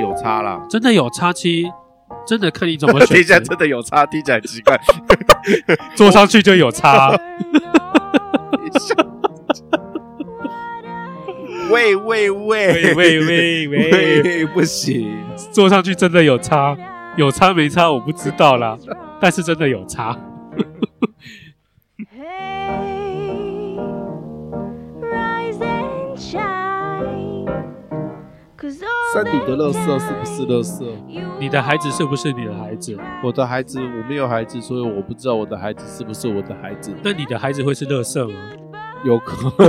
有差啦。真的有差期，真的看你 怎么听选起来择，真的有差，听起来很奇怪。坐上去就有差。喂喂喂喂喂喂喂，喂，不行，坐上去真的有差，有差没差我不知道啦，但是真的有差。 Hey, rise and shine. 'Cause all 山顶的垃 that 圾是不是垃圾？ night you 你的孩子是不是你的孩子？我的孩子，我没有孩子，所以我不知道我的孩子是不是我的孩子，那你的孩子会是乐色吗？有可能，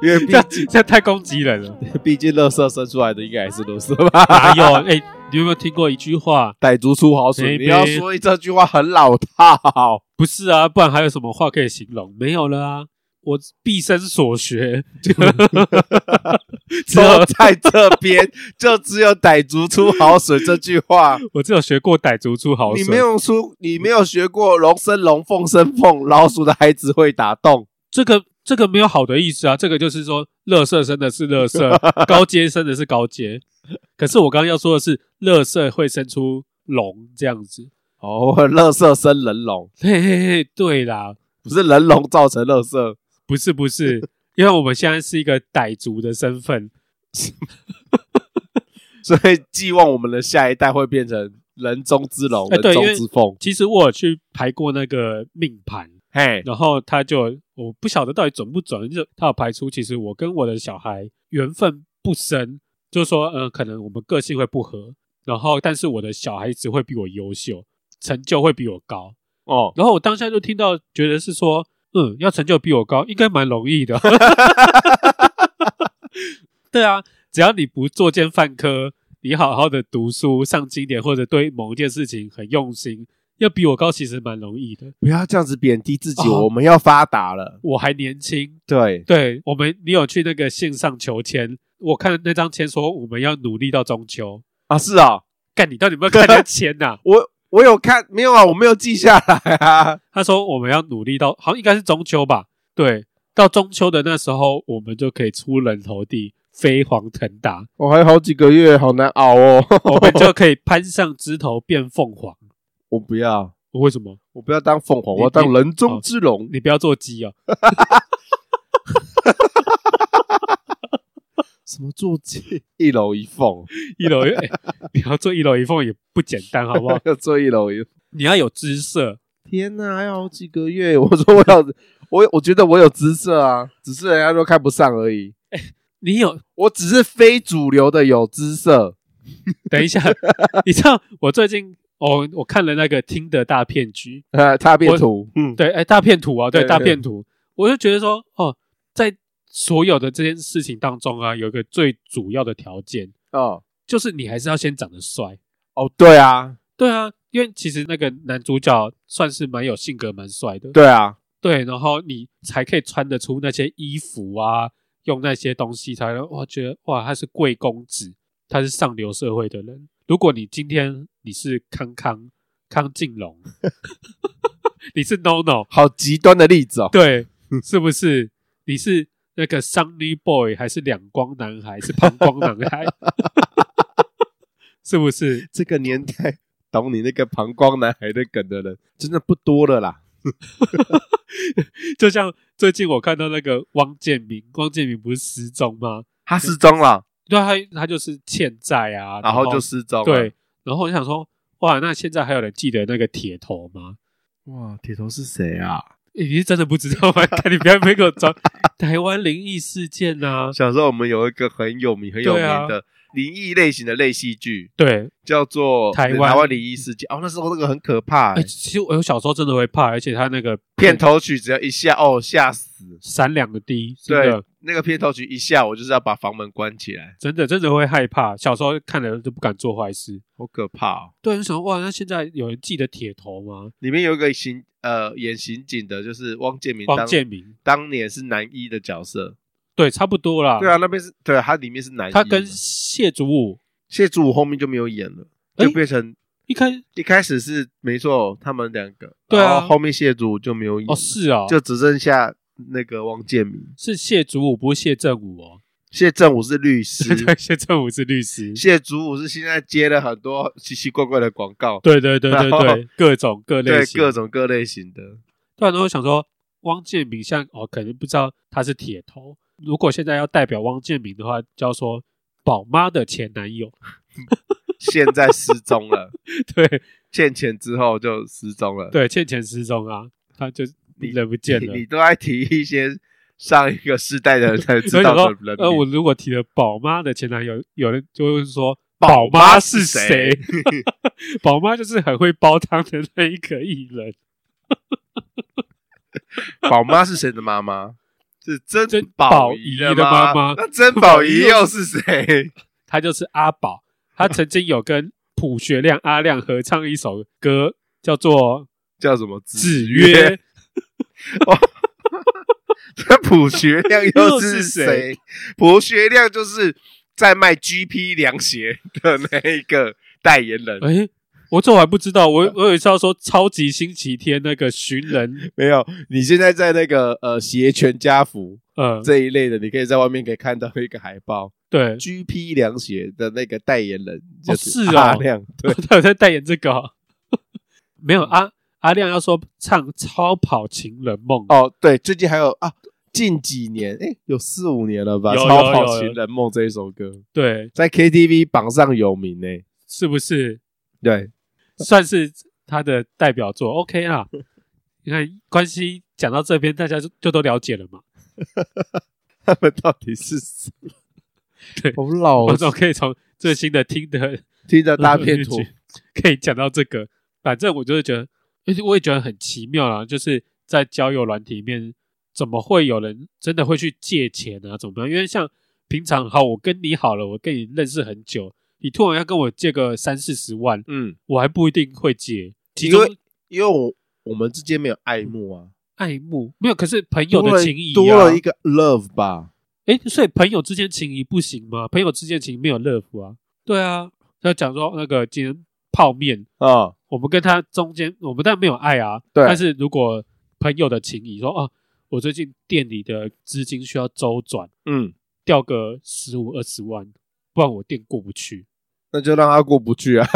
因为毕这样这样太攻击人了。毕竟垃圾生出来的应该还是垃圾吧。哪有？哎、你有没有听过一句话？傣族出好水， Maybe 你要说这句话很老套，不是啊，不然还有什么话可以形容？没有了啊！我毕生所学，只有都在这边，就只有傣族出好水这句话。我只有学过傣族出好水。你没有出，你没有学过龙生龙，凤生凤，老鼠的孩子会打洞。这个这个没有好的意思啊，这个就是说，乐色生的是乐色，高阶生的是高阶。可是我刚刚要说的是，乐色会生出龙这样子。 哦，垃圾生人龙，嘿嘿嘿，对啦，不是人龙造成垃圾。不是不是，因为我们现在是一个傣族的身份，所以寄望我们的下一代会变成人中之龙，哎人对中因为之凤。其实我有去排过那个命盘，嘿，然后他就我不晓得到底准不准，就他有排出其实我跟我的小孩缘分不深，就说呃可能我们个性会不合，然后但是我的小孩子会比我优秀，成就会比我高。哦，然后我当下就听到觉得是说，嗯，要成就比我高应该蛮容易的。 对啊，只要你不作奸犯科，你好好的读书、上经典，或者对某一件事情很用心，要比我高其实蛮容易的。不要这样子贬低自己，哦我们要发达了。我还年轻，对，对我们，你有去那个线上求签？我看那张签说我们要努力到中秋。啊，是啊、干，你到底有没有看那签呐、我我有看，没有啊，我没有记下来啊。他说我们要努力到，好像应该是中秋吧？对，到中秋的那时候，我们就可以出人头地，飞黄腾达， 我还有好几个月，好难熬 哦。我们就可以攀上枝头变凤凰。我不要，为什么？我不要当凤凰，你我要当人中之龙。你不要做鸡哦，什么坐骑？ 一楼一凤，一楼、哎你要做一楼一凤也不简单，好不好？要做一楼一。你要有姿色， 天哪，还有好几个月。 我说我要，我我觉得我有姿色啊，只是人家都看不上而已。你有我只是非主流的有姿色。等一下，你知道我最近哦，我看了那个听的大骗局，呃，他变图，嗯，对，哎，大片图啊，对，对大片图，我就觉得说，哦，在所有的这件事情当中啊，有一个最主要的条件，哦就是你还是要先长得帅。哦，对啊，对啊，因为其实那个男主角算是蛮有性格、蛮帅的，对啊，对，然后你才可以穿得出那些衣服啊，用那些东西才能哇，觉得哇，他是贵公子，他是上流社会的人。如果你今天你是康康康靖龙， 你是 NONO，好极端的例子哦。对，是不是？你是那个 Sunny Boy 还是两光男孩？是膀胱男孩？ 是不是？这个年代懂你那个膀胱男孩的梗的人，真的不多了啦。就像最近我看到那个汪建民，汪建民不是失踪吗？他失踪了，对啊，他他就是欠债啊，然后就失踪了。对，，然后我就想说，哇，那现在还有人记得那个铁头吗？哇，铁头是谁啊？诶你是真的不知 道吗？看你不要没给我装台湾灵异事 件呐、啊，小时候我们有一个很有名、很有对啊名的灵异类型的类戏剧，对，叫做《台湾台湾灵异事件》。哦，那时候那个很可怕、欸，哎、其实我小时候真的会怕，而且他那个片头曲只要一下，哦，吓死！闪两个滴，真对的，那个片头曲一下，我就是要把房门关起来，真的真的会害怕。小时候看了就不敢做坏事。好可怕哦！对，就想哇，那现在有人记得铁头吗？里面有一个刑呃演刑警的，就是汪建民当，汪建民，当年是男一的角色。对，差不多啦。对啊，那边是对、啊，他里面是男一嘛。他跟谢祖武谢祖武后面就没有演了，哎就变成一开一开始是没错，他们两个，对啊然后后面谢祖武就没有演，哦是啊、就只剩下那个汪建民，是谢祖武，不是谢振武哦。谢振武是律 师，对，谢振武是律师，谢祖武是现在接了很多奇奇怪怪的广告，对对对对然后对，各种各类对型，各种各类型的，突然都会想说，汪建民像哦，可能不知道他是铁头。如果现在要代表汪建民的话，叫说宝妈的前男友。 现在失踪了，对欠钱之后就失踪了。对，欠钱失踪啊，他就你人不见你了。你都在提一些上一个世代的人才所知以道想的说人，名，呃，我如果提了宝妈的前男友，有人就会说宝宝妈妈是是谁谁？ 宝妈就是很会煲汤的那一个艺人，宝妈是谁的妈妈？是曾曾宝宝仪仪的的妈妈那曾宝 仪又是谁？他就是阿宝。他曾经有跟朴学亮、阿亮合唱一首歌，叫做《叫什么？子曰》。那 朴学亮 又是又是谁谁？朴学亮就是在卖 GP 凉鞋的那一个代言人。哎、我这我还不知道，我我有一次要说超级星期天那个寻人，没有，你现在在那个呃鞋全家福呃，这一类的，你可以在外面可以看到一个海报对， ，GP 凉鞋的那个代言人就哦是是哦阿亮。对，他有在代言这个哦、 没有阿阿亮要说唱《超跑情人梦》哦，对，最近还有啊，近几年哎、有四五年了吧，有有超跑有有情人梦》这一首歌对，在 KTV 榜上有名呢、是不是对， 算是他的代表作？OK 啦，你看关系讲到这边，大家就就都了解了 嘛。他们到底是谁？对好老哦我，总可以从最新的听的听着 大片图， 可以讲到这个，反正我就是觉得，而且我也觉得很奇妙啦，就是在交友软体里面，怎么会有人真的会去借钱啊？怎么样？因为像平常好，我跟你好了，我跟你认识很久，你突然要跟我借个三四十万，嗯，我还不一定会借。其因为中因为我我们之间没有爱慕啊，爱慕没有，可是朋友的情谊、啊、多了一个 love 吧，哎，所以朋友之间情谊不行吗？朋友之间情谊没有乐福啊？对啊，要讲说那个今天泡面。啊、我们跟他中间，我们当然没有爱啊。对但是如果朋友的情谊说，哦，我最近店里的资金需要周转，嗯，掉个十五二十万，不然我店过不去，那就让他过不去啊。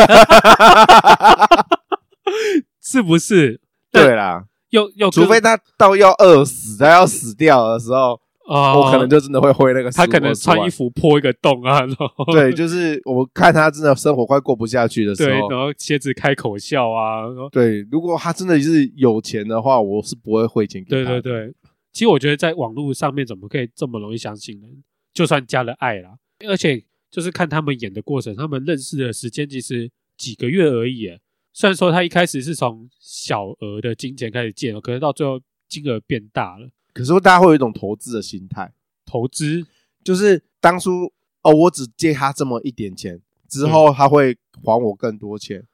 是不是？ 对啦，又又除非他到要饿死，他要死掉的时候，啊，我可能就真的会挥那个15。他可能穿衣服，服破一个洞啊，然后 对，哦就是我看他真的生活快过不下去的时对，候然，后鞋子开口笑啊，然后对，如果他真的是有钱的话，我是不会汇钱给对他。对，对，其实我觉得在网络上面怎么可以这么容易相信人？就算加了爱啦，而且就是看他们演的过程，他们认识的时间其实几个月而已耶。虽然说他一开始是从小额的金钱开始借，可是到最后金额变大了，可是大家会有一种投资的心态，投资就是当初哦，我只借他这么一点钱，之后嗯他会还我更多钱，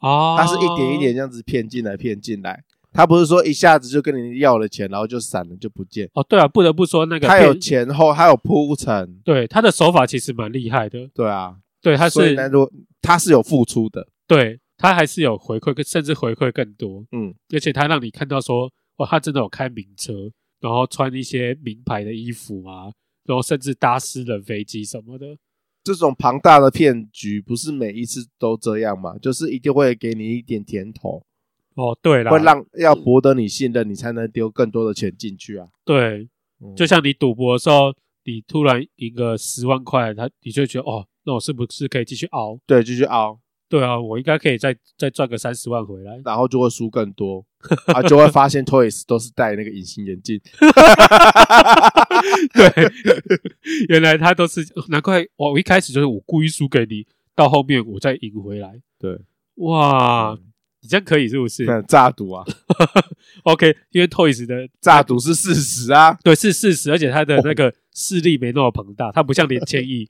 啊，他是一点一点这样子骗进来，骗进来。他不是说一下子就跟你要了钱，然后就闪了就不见。哦。对啊，不得不说那个他有骗前后，他有铺陈，对他的手法其实蛮厉害的，对啊，对他所以是呢，如果他是有付出的，对他还是有回馈，甚至回馈更多。嗯，而且他让你看到说，哇，他真的有开名车，然后穿一些名牌的衣服啊，然后甚至搭私人飞机什么的。这种庞大的骗局不是每一次都这样嘛，就是一定会给你一点甜头，哦，对啦，会让要博得你信任，你才能丢更多的钱进去啊。对，嗯就像你赌博的时候，你突然赢个十万块，他你就觉得哦，那我是不是可以继续熬？对，继续凹，对啊，我应该可以再再赚个三十万回 来。然后就会输更 多啊，就会发现 Toys 都是戴那个隐形眼 镜，对，原来他都是，难怪我一开始就是我故意输给你，到后面我再赢回来。对，啊嗯哇，你这样可以是不是看诈赌啊， ？OK，因为 Toys 的诈赌是事实啊，对，是事实，而且他的哦那个势力没那么庞大，他不像连千亿，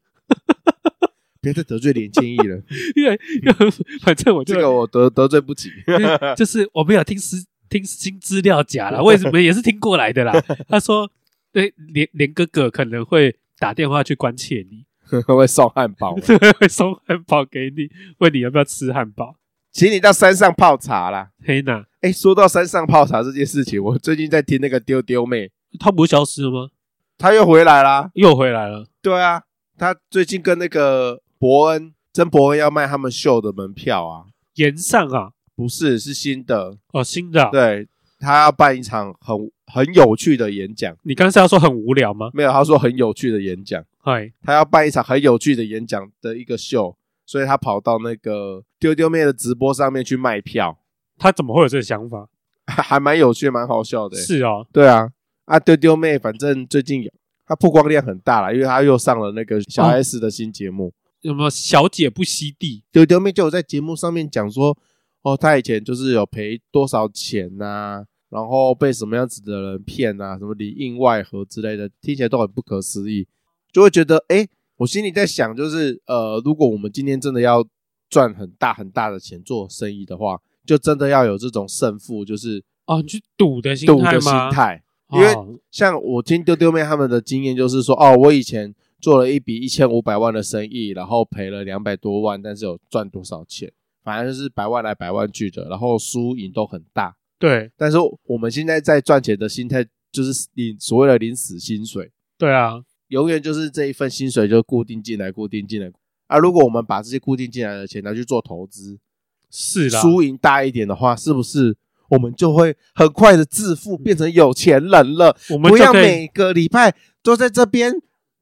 别再得罪连千亿了，因为因为 反正我 嗯就这个我得得罪不起。 就是我没有听资听新资料夹啦，为什么也是听过来的 啦？他说，对，连连哥哥可能会打电话去关切你， 会送汉 堡吗，会送汉堡给你，问你要不要吃汉堡。请你到山上泡茶啦。黑娜，哎，说到山上泡茶这件事情，我最近在听那个丢丢妹，他不是消失了吗？他又回来啦。又回来了，对啊，他最近跟那个伯恩，曾伯恩要卖他们秀的门票啊，延上啊，不是是新的，哦，新的啊、对他要办一场很很有趣的演讲，你刚才要说很无聊吗？没有他说很有趣的演讲，嗨，他要办一场很有趣的演讲的一个秀，所以他跑到那个丢丢妹的直播上面去卖票， 他怎么会有这个想法？还蛮有趣，蛮好笑的、欸。是哦，对啊，啊丢丢妹，反正最近有她曝光量很大啦，因为她又上了那个小哦 S 的新节目。有没有小姐不吸地？丢丢妹就有在节目上面讲说，哦，她以前就是有赔多少钱呐、然后被什么样子的人骗呐、什么里应外合之类的，听起来都很不可思议，就会觉得，哎，我心里在想，就是呃，如果我们今天真的要赚很大很大的钱做生意的话，就真的要有这种胜负，就是哦，你去赌的心赌态的心吗？态。哦因为像我听丢丢妹他们的经验，就是说，哦，我以前做了一笔一千五百万的生意，然后赔了两百多万，但是有赚多少钱，反正就是百万来百万去的，然后输赢都很大。对但是我们现在在赚钱的心态，就是领所谓的领死薪水，对啊，永远就是这一份薪水就固定进来，固定进来。啊，如果我们把这些固定进来的钱拿去做投资，是啦，输赢大一点的话，是不是我们就会很快的致富，变成有钱人了？我们不就要可以，每个礼拜都在这边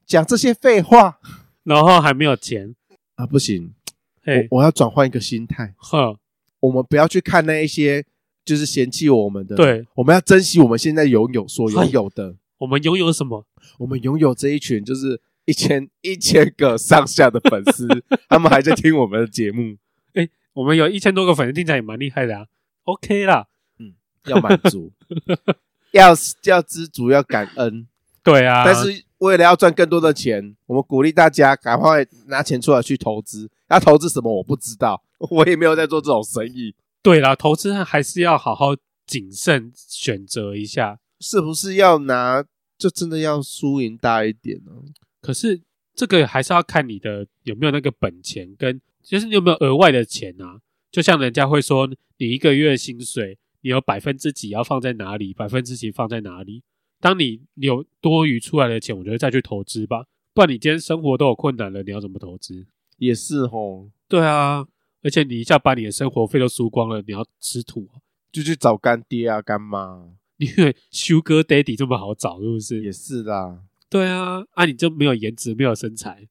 讲这些废话然后还没有钱，啊！不行，嘿，我要转换一个心态，呵，我们不要去看那一些就是嫌弃我们的，，对我们要珍惜我们现在拥有 所拥有的，我们拥有什么？我们拥有这一群就是一千一千个上下的粉丝， 他们还在听我们的节目，我们有一千多个粉丝，听起来也蛮厉害的啊。OK 啦，要满 足，要要知足，要感恩，对啊，但是为了要赚更多的钱，我们鼓励大家赶快拿钱出来去投资。要投资什么我不知道， 我也没有在做这种生意，对啦，投资还是要好好谨慎选择一下。是不是要拿？就真的要输赢大一点呢、可是这个还是要看你的有没有那个本钱，跟就是你有没有额外的钱啊。就像人家会说，你一个月薪水，你有百分之几要放在哪里，百分之几放在哪里。当你有多余出来的钱，我觉得再去投资吧。不然你今天生活都有困难了，你要怎么投资？也是吼，对啊，而且你一下把你的生活费都输光了，你要吃土啊、就去找干爹啊、干妈，你以为 Sugar Daddy 这么好找是不是？也是啦。对啊，啊，你就没有颜值，没有身材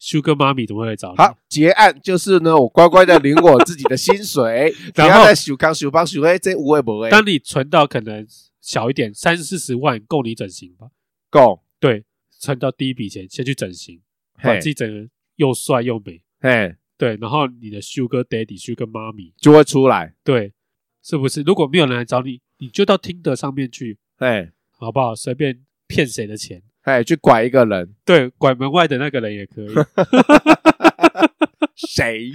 ，Sugar 妈咪怎么会来找你？好，结案就是呢，我乖乖的领我自己的薪水， 不然后要再数康数帮数哎，这无为不为当你存到可能小一点，三四十万够你整形吧？够，对，存到第一笔钱，先去整形，把嘿自，己整得又帅又美。嘿，对，然后你的 Sugar Daddy、Sugar 妈咪，就会出来，对，是不是？如果没有人来找你，你就到听的上面去，嘿，好不好？随便骗谁的钱，嘿，去拐一个人，对，拐门外的那个人也可以。 谁？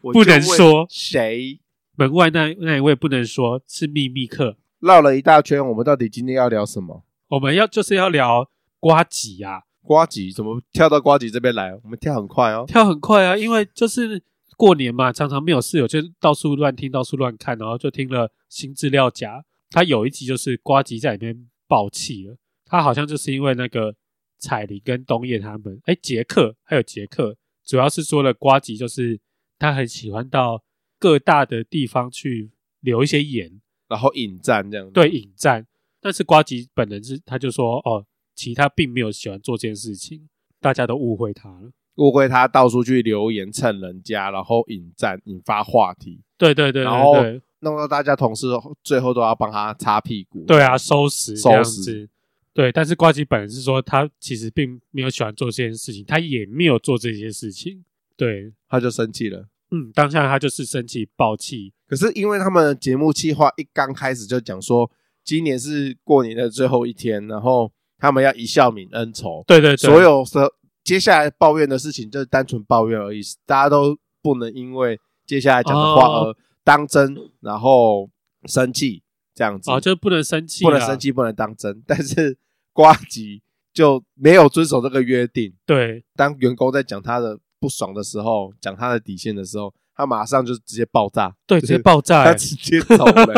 我不就能问说谁门外那那一位不能说是秘密客，绕了一大圈，我们到底今天要聊什么？我们要就是要聊瓜吉啊，瓜吉怎么跳到瓜吉这边来？我们跳很快哦。跳很快啊，因为就是过年嘛，常常没有事，有就到处乱听，到处乱看，然后就听了新资料夹，他有一集就是瓜吉在里面爆气了，他好像就是因为那个彩铃跟东野他们，哎，杰克还有杰克，主要是说了瓜吉就是他很喜欢到各大的地方去留一些言，然后引战这样子，对引战，但是瓜吉本人是他就说哦，其他并没有喜欢做这件事情，大家都误会他了。误会他到处去留言蹭人家，然后引战引发话题，对对对对然后对弄到大家同事最后都要帮他擦屁股。对啊，，收拾收这样拾子。对，但是瓜吉本人是说他其实并没有喜欢做这件事情，他也没有做这些事情。对，他就生气了。嗯，当下他就是生气暴气，可是因为他们的节目计划一刚开始就讲说，今年是过年的最后一天，然后他们要一笑泯恩仇，对对对，所有的接下来抱怨的事情就是单纯抱怨而已，大家都不能因为接下来讲的话哦而当真，然后生气这样子，哦，就是不能生气，不能生。气，不能当真。 但是瓜吉就没有遵守这个约定，对，当员工在讲他的不爽的时候，讲他的底线的时候，他马上就直接爆炸，对，就直是 接爆炸、他欸。直接走人。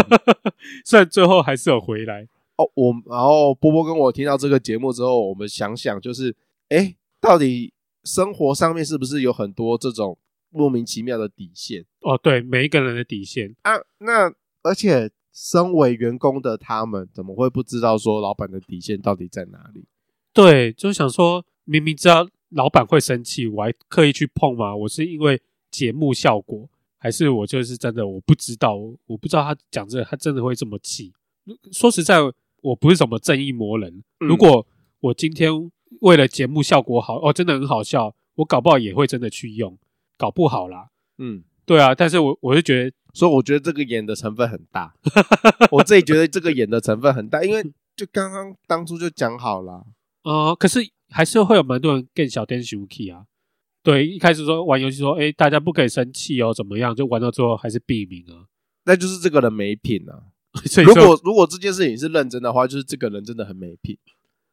虽然最后还是有回来，哦，我然后波波跟我听到这个节目之后，我们想想就是，哎，到底生活上面是不是有很多这种莫名其妙的底线哦，对，每一个人的底线，啊？那而且身为员工的他们，怎么会不知道说老板的底线到底在哪里？对，就想说，明明知道老板会生气，我还刻意去碰吗？我是因为节目效果，还是我就是真的我不知道，我我不知道他讲这个他真的会这么气。说实在，我不是什么正义魔人，嗯如果我今天为了节目效果好，哦，真的很好笑，我搞不好也会真的去用，搞不好啦。嗯，对啊，但是我我是觉得，所以我觉得这个演的成分很大，我自己觉得这个演的成分很大，因为就刚刚当初就讲好了，啊呃，可是还是会有蛮多人更小点小 key 啊。对，一开始说玩游戏说，哎，大家不可以生气哦，怎么样？就玩到最后还是毙命啊。 那就是这个人没品啊。所以如说果如果这件事情是认真的话，就是这个人真的很没品。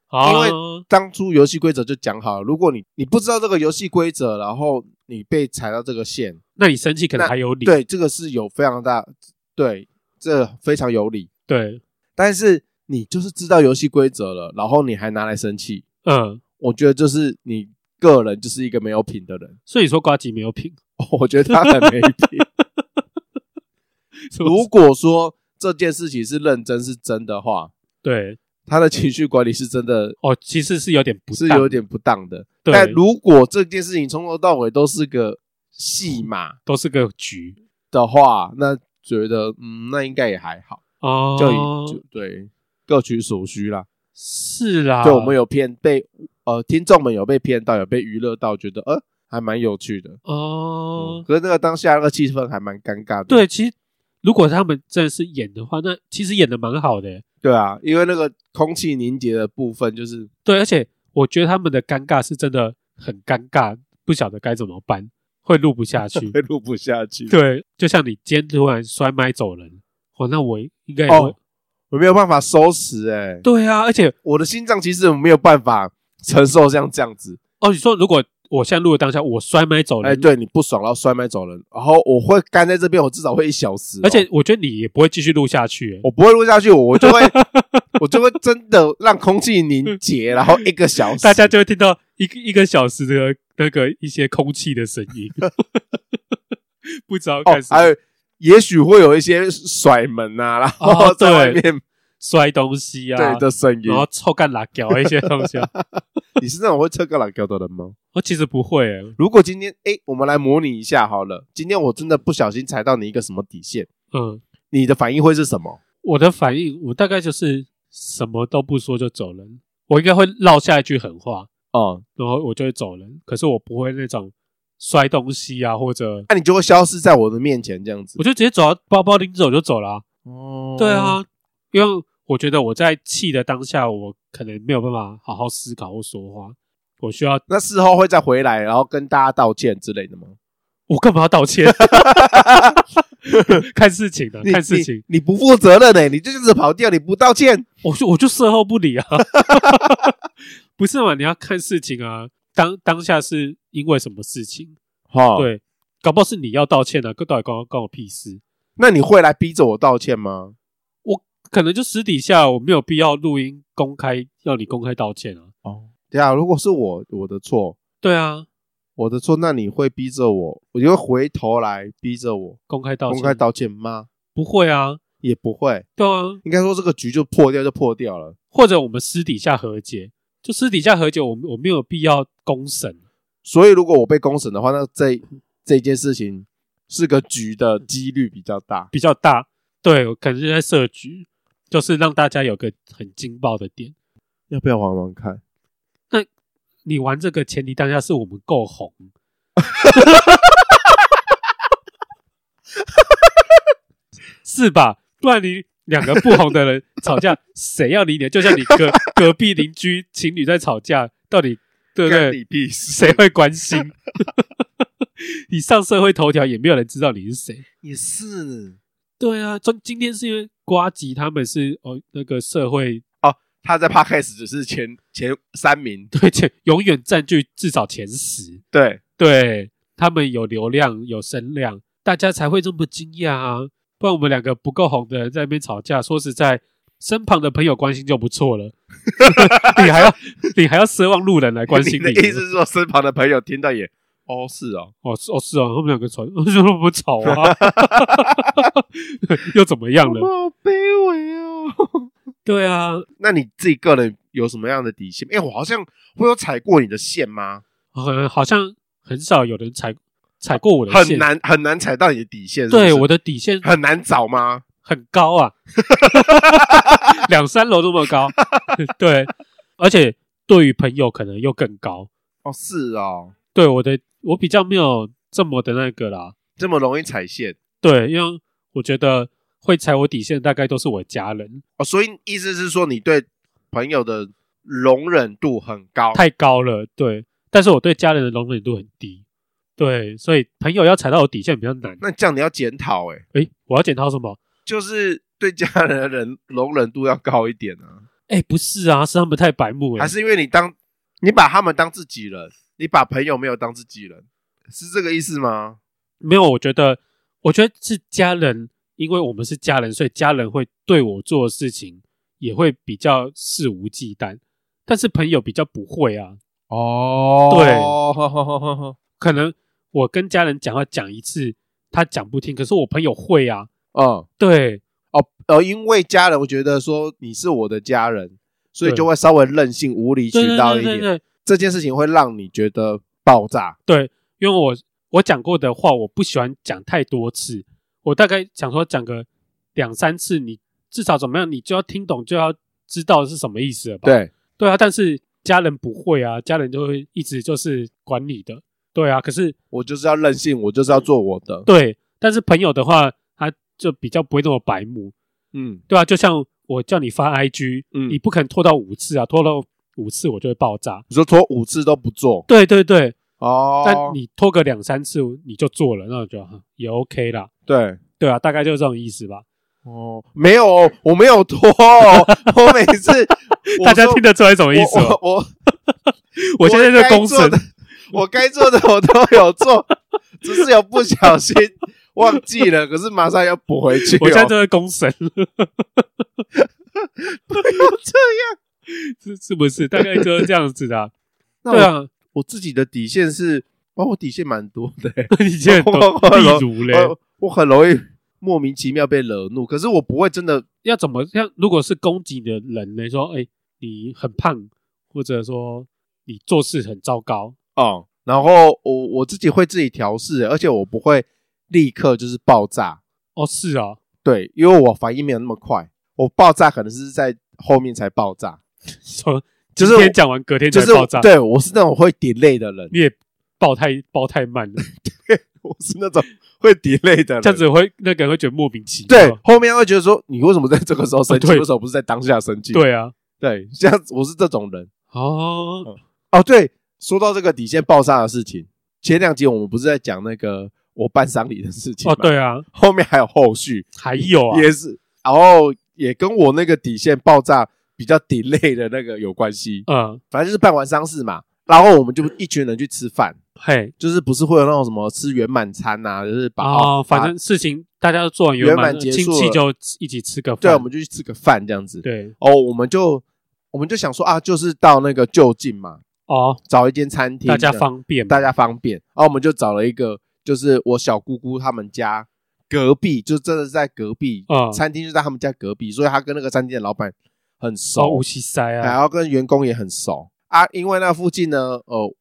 啊因为当初游戏规则就讲好了，如果你你不知道这个游戏规则，然后你被踩到这个线，那你生气可能那还有理，对，这个是有非常大，对，这非常有理。对但是你就是知道游戏规则了，然后你还拿来生气，嗯，我觉得就是你个人就是一个没有品的人。 所以说瓜吉没有品，我觉得他很没品。 是不如是果说这件事情是认真是真的话，对他的情绪管理是真的哦，其实是有点不是当有点不当的。对但如果这件事情从头到尾都是个戏码都是个局的话，那觉得嗯，那应该也还好，哦，就以、就对各取所需啦。是啦，对，我们有骗被呃听众们有被骗到，有被娱乐到，觉得呃还蛮有趣的。哦，嗯可是那个当下那个气氛还蛮尴尬的。对，其实如果他们真的是演的话，那其实演的蛮好的欸，对啊，因为那个空气凝结的部分就是对，而且我觉得他们的尴尬是真的很尴尬，不晓得该怎么办，会录不下 。去会录不下去。对，就像你今天突然摔麦走人，哦，那我应该也会哦，我没有办法收拾哎、对啊，而且我的心脏其实没有办法承受像这样子。哦，你说如果我现在录的当下，我摔麦走人，哎，，对你不爽，然后摔麦走人，然后我会干在这边，我至少会一小时哦、而且我觉得你也不会继续录下去、欸我不会录下去，我 就会我就会真的让空气凝结，然后一个小时，大家就会听到一个一个小时的那个一些空气的声 音，不知道哦干，什还么，有也许会有一些甩门啊，然后哦在外对面摔东西啊，对的声音然。后臭干辣椒一些东 西、啊，你是那种会车个懒觉的人吗？我其实不会、欸，如果今天哎，我们来模拟一下好了，今天我真的不小心踩到你一个什么底线，嗯，你的反应会是什么？我的反应我大概就是什么都不说就走人，我应该会落下一句狠话，哦、然后我就会走人，可是我不会那种摔东西啊，或者那、你就会消失在我的面前这样子我。就直接走到包包拎走就走了啊、哦对，啊，因为我觉得我在气的当下，我可能没有办法好好思考或说话，我需要那事后会再回来，然后跟大家道歉之类的吗？我干嘛要道 歉？看事情的、啊你看事情，你，你不负责任呢、欸你就这样子跑掉，你不道歉，我就我就事后不理啊， 不是嘛？你要看事情啊，当当下是因为什么事情？哈，对，搞不好是你要道歉啊，跟到底关我关我屁事？那你会来逼着我道歉吗？可能就私底下我没有必要录音公开要你公开道歉啊。哦，对啊，如果是我我的错，对啊，我的错，那你会逼着我，我就会回头来逼着我公开道歉，公开道歉吗？不会啊，也不会，对啊，应该说这个局就破掉就破掉了。或者我们私底下和解，就私底下和解，我我没有必要公审。所以如果我被公审的话，那这这件事情是个局的几率比较大。比较大，对，我可能是在设局，就是让大家有个很劲爆的点。要不要玩玩看？你玩这个前提当下是我们够 红，是吧？不然你两个不红的人吵架，谁要理你？就像你 隔隔壁邻居情侣在吵架，到底对不干你对？屁事！谁会关心？ 你上社会头条也没有人知道你是谁。也是对啊，今今天是因为瓜吉他们是哦那个社会哦，他在 podcast 只是前前三名，对前永远占据至少前十，对，对他们有流量有声量，大家才会这么惊讶啊。不然我们两个不够红的人在那边吵架，说实在，身旁的朋友关心就不 错了，你还要你还要奢望路人来关心你的意思是说，身旁的朋友听到也哦是哦，哦是哦是哦，他们两个吵， 为什么不吵啊？ 又怎么样了？好卑微哦。对啊， 那你自己个人有什么样的底线？哎、我好像我有踩过你的线吗？呃，好像很少有人踩踩过我的很线，难很难踩到你的底线是不是对我的底线很难找吗？很高 啊，两三楼那么高， 对，而且对于朋友可能又更高。哦，是哦，对我的，我比较没有这么的那个啦。这么容易踩线对，因为我觉得会踩我底线的大概都是我家人，哦，所以意思是说你对朋友的容忍度很高。太高了。对，但是我对家人的容忍度很低。对，所以朋友要踩到我底线比较难。那这样你要检讨哎，诶，我要检讨什么？就是对家人的忍容忍度要高一点啊，诶，不是啊，是他们太白目了还。是因为你当你把他们当自己人，你把朋友没有当自己人，是这个意思吗？没有，我觉得，我觉得是家人，因为我们是家人，所以家人会对我做的事情也会比较肆无忌惮。但是朋友比较不会啊，哦对，可能我跟家人讲话讲一次，他讲不听，可是我朋友会啊。 嗯，对哦，呃，因为家人，我觉得说你是我的家人，所以对就会稍微任性、无理对取对闹一对对点。对，这件事情会让你觉得爆炸。对，因为我我讲过的话，我不喜欢讲太多次，我大概想说讲个两三次，你至少怎么样，你就要听懂，就要知道是什么意思了吧？对，对啊，但是家人不会啊，家人就会一直就是管你的，对啊。可是我就是要任性，我就是要做我的。对，但是朋友的话，他就比较不会那么白目，嗯，对啊。就像我叫你发 IG，、嗯你不肯拖到五次啊，拖到五次我就会爆炸。你说拖五次都不做对对对，哦，但你拖个两三次你就做了，那我觉得哈也 OK 啦。对对啊，大概就是这种意思吧。哦，没有哦，我没有拖哦，我每次我 大家说听得出来什么意思哦吗我？我我我现在我该在公做审的，我该做的我都有做，只是有不小心忘记了，可是马上要补回去、哦。我现在就在公审，不要这样。是是不是？大概就是这样子的啊、那我对啊， 我自己的底线是，哦，我底线蛮多的、欸，以前很多我 例如嘞，我我很容易莫名其妙被惹怒，可是我不会真的要怎么样？如果是攻击你的人呢？说，哎、你很胖，或者说你做事很糟糕，哦。然后我我自己会自己调试欸、而且我不会立刻就是爆炸，哦，是啊， 对，因为我反应没有那么快，我爆炸可能是在后面才爆炸，说就今是我天讲完，隔天就才是爆炸，对我是那种会 delay 的人，你也爆太爆太慢了，我是那种会 delay 的人，这样子会那个人会觉得莫名其对妙。后面会觉得说你为什么在这个时候生气，啊对为什么不是在当下生气？对啊，对，这样子我是这种人。哦，哦，对，说到这个底线爆炸的事情，前两集我们不是在讲那个我办丧礼的事情吗哦，，对啊，后面还有后续，还有啊，也是，然后也跟我那个底线爆炸比较 delay 的那个有关系。嗯，反正就是办完丧事嘛，然后我们就一群人去吃饭，嘿，就是不是会有那种什么吃圆满餐呐、就是把哦，反把正事情大家都做完圆满满了，结亲束戚了就一起吃个对，我饭，们就去吃个饭这样子。对，哦，我们就我们就想说啊，就是到那个就近嘛，哦，找一间餐厅，大家方便嘛，哦大家方便。然后我们就找了一个，就是我小姑姑他们家隔壁，就真的是在隔壁，嗯餐厅就在他们家隔壁，所以他跟那个餐厅的老板很熟，哦，无锡塞然啊，后跟员工也很熟啊。因为那附近呢，呃，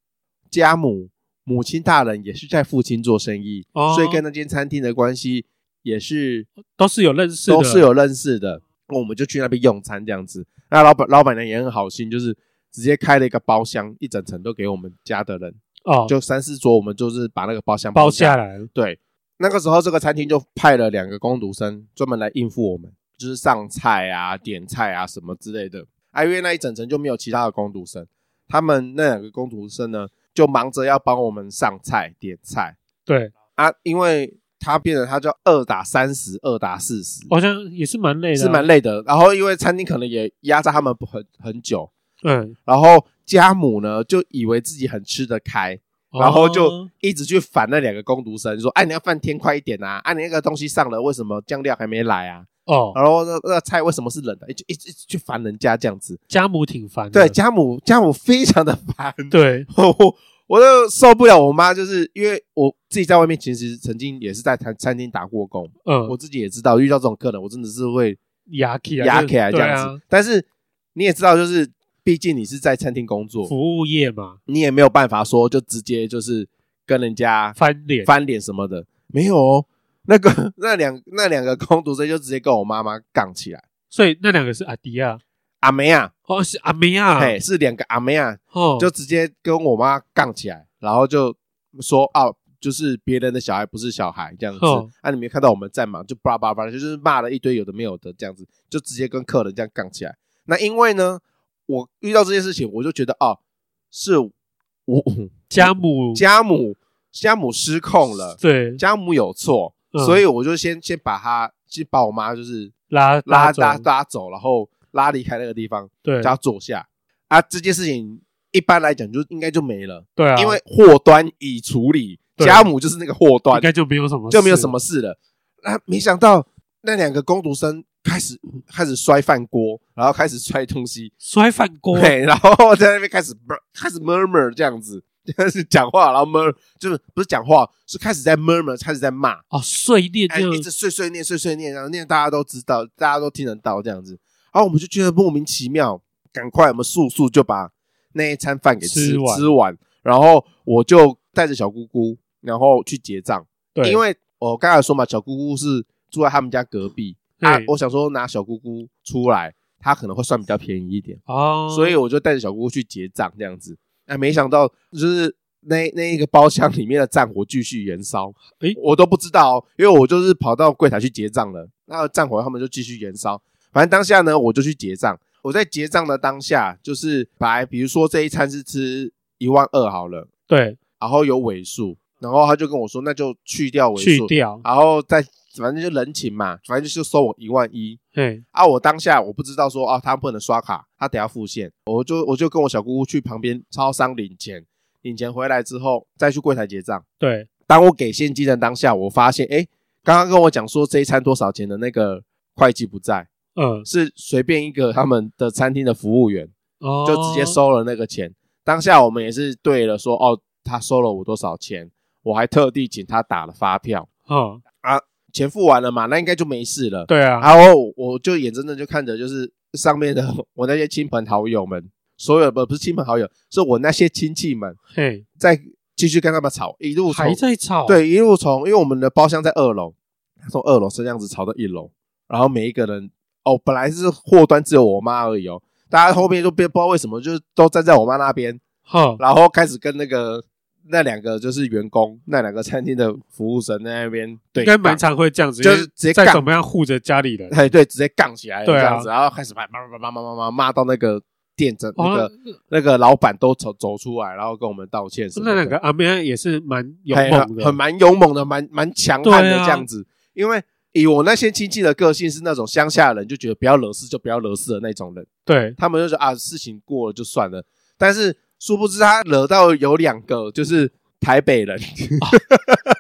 家母母亲大人也是在附近做生意，哦所以跟那间餐厅的关系也是都是有认识的，都是有认识的。我们就去那边用餐这样子。那老板老板娘也很好心，就是直接开了一个包厢，一整层都给我们家的人，哦，就三四桌，我们就是把那个包厢包下来。来了，对，那个时候这个餐厅就派了两个工读生专门来应付我们，就是上菜啊、点菜啊什么之类的。啊，因为那一整层就没有其他的工读生，他们那两个工读生呢，就忙着要帮我们上菜、点菜对，啊，因为他变成他叫二打三十、二打四十，好像也是蛮累的啊，是蛮累的。然后因为餐厅可能也压榨他们很很久，嗯，然后家母呢就以为自己很吃得开，然后就哦一直去烦那两个工读生，说：“哎、你要饭添快一点啊！哎、你那个东西上了，为什么酱料还没来啊？哦，然后那那菜为什么是冷的？一直一直一直去烦人家这样子。家母挺烦的，对，家母家母非常的烦，啊对， 我我都受不了我妈，就是因为我自己在外面其实曾经也是在餐餐厅打过工，嗯我，自己也知道遇到这种客人，我真的是会牙起来压就是起来这样子。对啊但是你也知道，就是毕竟你是在餐厅工作，服务业嘛，你也没有办法说就直接就是跟人家翻脸，翻脸什么的，没有哦。那个 那两那两个工读生就直接跟我妈妈杠起来。所以那两个是阿迪亚，阿梅啊，哦，是阿梅亚，嘿，是两个阿梅啊，哦，就直接跟我妈杠起来，然后就说啊，就是别人的小孩不是小孩这样子哦。啊，你没看到我们在忙，就叭叭叭，就是骂了一堆有的没有的这样子，就直接跟客人这样杠起来。那因为呢，我遇到这件事情，我就觉得哦，是我家母，家母家母失控了，对，家母有错，嗯所以我就先先把她先把我妈就是拉拉走拉拉走，然后拉离开那个地方，对叫她坐下啊。这件事情一般来讲就应该就没了，对啊，因为祸端已处理，对家母就是那个祸端应，该就没有什么，就没有什，么事了。那、没想到那两个工读生开始开始摔饭锅，然后开始摔东西，摔饭锅，对，然后在那边开始开始 murmur 这样子。 就是讲话，然后 mur 就是不是讲话，是开始在 murmur，开始在骂，哦，碎裂哎，这样一，直碎碎念碎碎念，然后念大家都知道，大家都听得到这样子，然后我们就觉得莫名其妙，赶快我们速速就把那一餐饭给吃吃完然后我就带着小姑姑，然后去结账，对，因为我刚才说嘛，小姑姑是住在他们家隔壁，啊对，我想说拿小姑姑出来，她可能会算比较便宜一点，哦，所以我就带着小姑姑去结账这样子，哎，没想到就是。那那一个包厢里面的战火继续燃烧，诶我都不知道、哦，因为我就是跑到柜台去结账了。那战火他们就继续燃烧，反正当下呢，我就去结账。我在结账的当下，就是本来比如说这一餐是吃一万二好了，对，然后有尾数，然后他就跟我说，那就去掉尾去数，掉，然后再反正就人情嘛，反正就是收我一万一。哎，啊，我当下我不知道说啊，他不能刷卡，他等下付现，我就我就跟我小姑姑去旁边超商领钱，领钱回来之后再去柜台结账。对，当我给现金的当下，我发现哎，诶刚刚跟我讲说这一餐多少钱的那个会计不在，嗯，是随便一个他们的餐厅的服务员哦，就直接，收了那个钱。当下我们也是对了说哦，他收了我多少钱，我还特地请他打了发票，哦，钱付完了嘛，那应该就没事了。对啊，然后我就眼睁睁就看着，就是上面的我那些亲朋好友们，所有的不是亲朋好友，是我那些亲戚们嘿，在继续跟他们吵，一路从还在吵，，对一路从，因为我们的包厢在二楼，从二楼是这样子吵到一楼，然后每一个人哦，本来是祸端只有我妈而已哦，大家后面就变不知道为什么，就是都站在我妈那边，哈，然后开始跟那个那两个就是员工，那两个餐厅的服务生在那边对应干，该蛮常会这样子，就是直接再杠怎么样护着家里人，哎，对，直接杠起来了对这啊样子，然后开始骂骂骂骂骂骂骂骂到那个店长、那哦个，那个老板都走走出来，然后跟我们道歉什么那的。两个阿妹也是蛮勇哎猛的，很蛮勇猛的，蛮蛮强悍的对啊这样子。因为以我那些亲戚的个性是那种乡下人，就觉得不要惹事就不要惹事的那种人，对，他们就说啊，事情过了就算了。但是殊不知他惹到有两个就是台北人，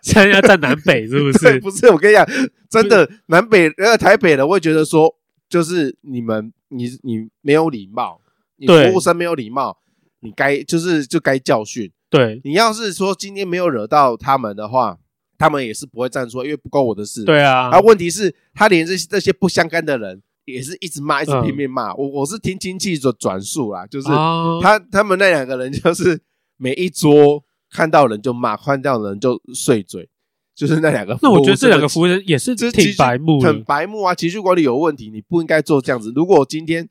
现在要站南北是不对，是？不是，我跟你讲，真的南北呃台北人会觉得说，就是你们你你没有礼貌，你对服务生没有礼貌，你该就是就该教训。对，你要是说今天没有惹到他们的话，他们也是不会站出来，因为不关我的事。。对啊而，问题是，他连这些这些不相干的人也是一直骂，一直嗯拼命骂。我我是听亲戚的转述啦，就是啊，他他们那两个人就是每一桌看到人就骂，看到人就碎嘴，就是那两个。那我觉得这两个服服务务生也是这挺白目的很，白目啊！情绪管理有问题，你不应该做这样子。如果今天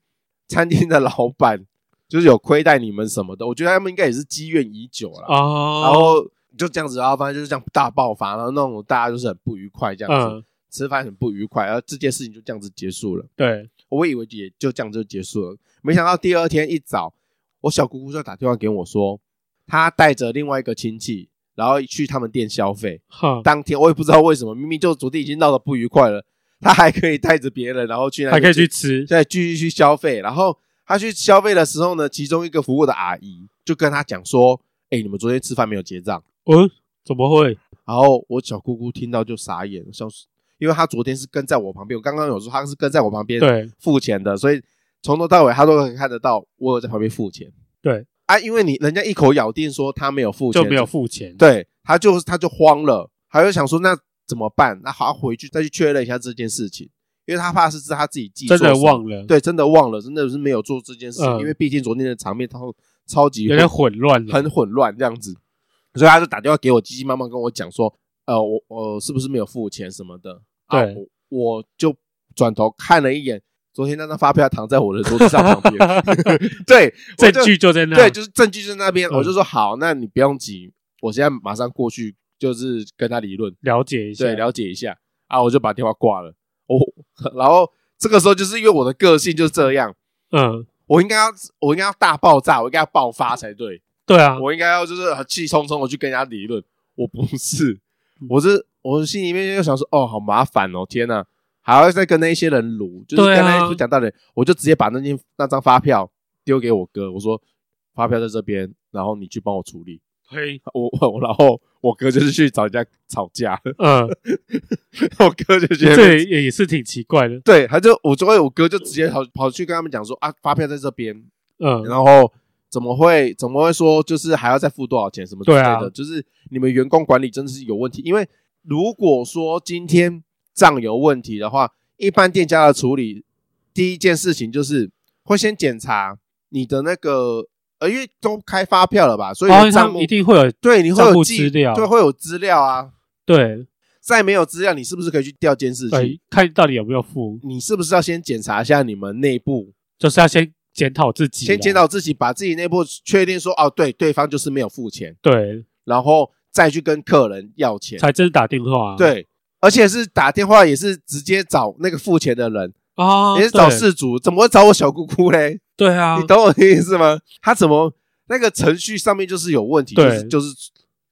餐厅的老板就是有亏待你们什么的，我觉得他们应该也是积怨已久了。哦，然后就这样子，然啊后反正就是这样大爆发，然后弄得大家就是很不愉快，这样子、嗯，吃饭很不愉快，然后这件事情就这样子结束了。对，我以为也就这样就结束了，没想到第二天一早，我小姑姑就打电话给我说，她带着另外一个亲戚，然后去他们店消费。哈，当天我也不知道为什么，明明就昨天已经闹得不愉快了，她还可以带着别人，然后去那还边可以去吃，再继续去消费。然后她去消费的时候呢，其中一个服务的阿姨就跟她讲说：“哎、你们昨天吃饭没有结账。”哦，怎么会？然后我小姑姑听到就傻眼，像是因为他昨天是跟在我旁边，我刚刚有说他是跟在我旁边对付钱的，所以从头到尾他都可以看得到我有在旁边付钱对，啊。因为你人家一口咬定说他没有付钱，就没有付钱。对，他就他就慌了，他就想说那怎么办？那好，他回去再去确认一下这件事情，因为他怕是是他自己记错真什么，的忘了，对，真的忘了，真的是没有做这件事情，嗯因为毕竟昨天的场面超超级有点混乱 了。很混乱这样子，所以他就打电话给我，急急忙忙跟我讲说，呃，我我是不是没有付钱什么的？啊对我我就转头看了一眼，昨天那张发票躺在我的桌子上旁边， 对，我证就据就在那，对，就是证据就在那边，嗯我就说好，那你不用急，我现在马上过去，就是跟他理论，了解一下。对，了解一下啊，我就把电话挂了。哦， 然后这个时候就是因为我的个性就是这样，嗯，我应该要我应该要大爆炸，我应该要爆发才对，对啊，我应该要就是很气冲冲的去跟人家理论，我不是，嗯我是我心里面就想说，哦，好麻烦哦，天呐，还要再跟那一些人撸，就是对跟啊那些不讲道理，我就直接把那件那张发票丢给我哥，我说发票在这边，然后你去帮我处理。 嘿，我我然后我哥就是去找人家吵架， 嗯，我哥就觉这得也也是挺奇怪的。对，他就我就会我哥就直接跑跑去跟他们讲说啊，发票在这边，嗯，然后怎么会怎么会说就是还要再付多少钱什么之类对的，啊就是你们员工管理真的是有问题。因为如果说今天账有问题的话，一般店家的处理第一件事情就是会先检查你的那个。呃，因为都开发票了吧，所以哦，你他账们目一定会有对你会账有户记资料对会有资料啊。对再没有资料，你是不是可以去调监视器？对，看到底有没有付，你是不是要先检查一下你们内部，就是要先检讨自己啦，先检讨自己，把自己内部确定说哦，对，对方就是没有付钱，对，然后再去跟客人要钱。才真打电话啊。对，而且是打电话也是直接找那个付钱的人，啊，也是找对事主，怎么会找我小姑姑嘞？对啊你，懂我的意思吗？他怎么那个程序上面就是有问题，就对是就是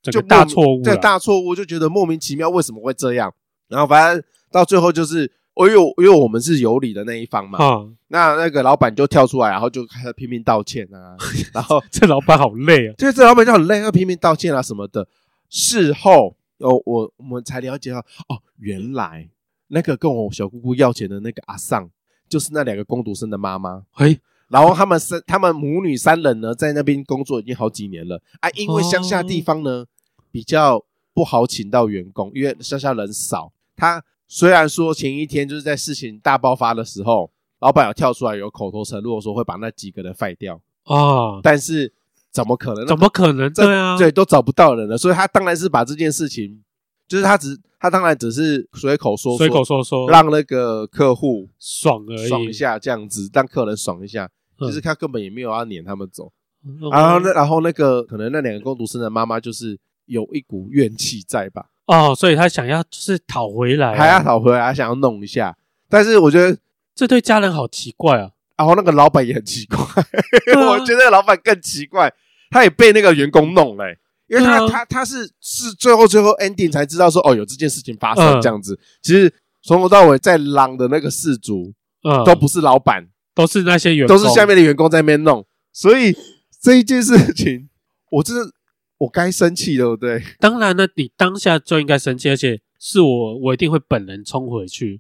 整就个莫大错误啊对啦，大错误，就觉得莫名其妙为什么会这样。然后反正到最后就是，我因为我因为我们是有理的那一方嘛，啊，那那个老板就跳出来，然后就开始拼命道歉啊，然后这老板好累啊。就是这老板就很累，要拼命道歉啊什么的。事后哦，我我们才了解到哦，原来那个跟我小姑姑要钱的那个阿尚，就是那两个工读生的妈妈。嘿，然后他们三，他们母女三人呢，在那边工作已经好几年了啊。因为乡下地方呢、比较不好请到员工，因为乡下人少。他虽然说前一天就是在事情大爆发的时候，老板有跳出来有口头承诺说会把那几个人废掉，啊，但是怎么可能？怎么可能？这对啊，对，都找不到人了，所以他当然是把这件事情，就是他只他当然只是随口说说，随口说说，让那个客户爽而已，爽一下这样子，让客人爽一下。嗯其实他根本也没有要撵他们走，嗯然后那然后那个可能那两个工读生的妈妈就是有一股怨气在吧，哦，所以他想要就是讨回来啊，还要讨回来，还想要弄一下。但是我觉得，这对家人好奇怪啊。然后那个老板也很奇怪，啊我觉得老板更奇怪，他也被那个员工弄了欸、因为他、对啊他他是是最后最后 ending 才知道说哦有这件事情发生嗯这样子。其实从头到尾在狼的那个事主嗯，都不是老板，都是那些员工，都是下面的员工在那边弄，所以这一件事情，我真的我该生气对不对？当然了，你当下就应该生气，而且是我，我一定会本人冲回去，